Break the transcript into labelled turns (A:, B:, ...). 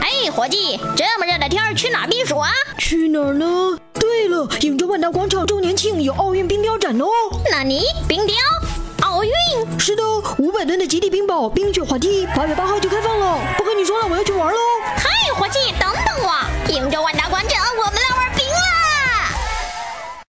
A: 哎，伙计，这么热的天儿去哪儿避暑啊？
B: 去哪儿呢？对了，迎着万达广场周年庆有奥运冰雕展哦。
A: 纳尼？冰雕？奥运？
B: 是的，五百吨的极地冰雹、冰雪滑梯，八月八号就开放了。不跟你说了，我要去玩喽。
A: 太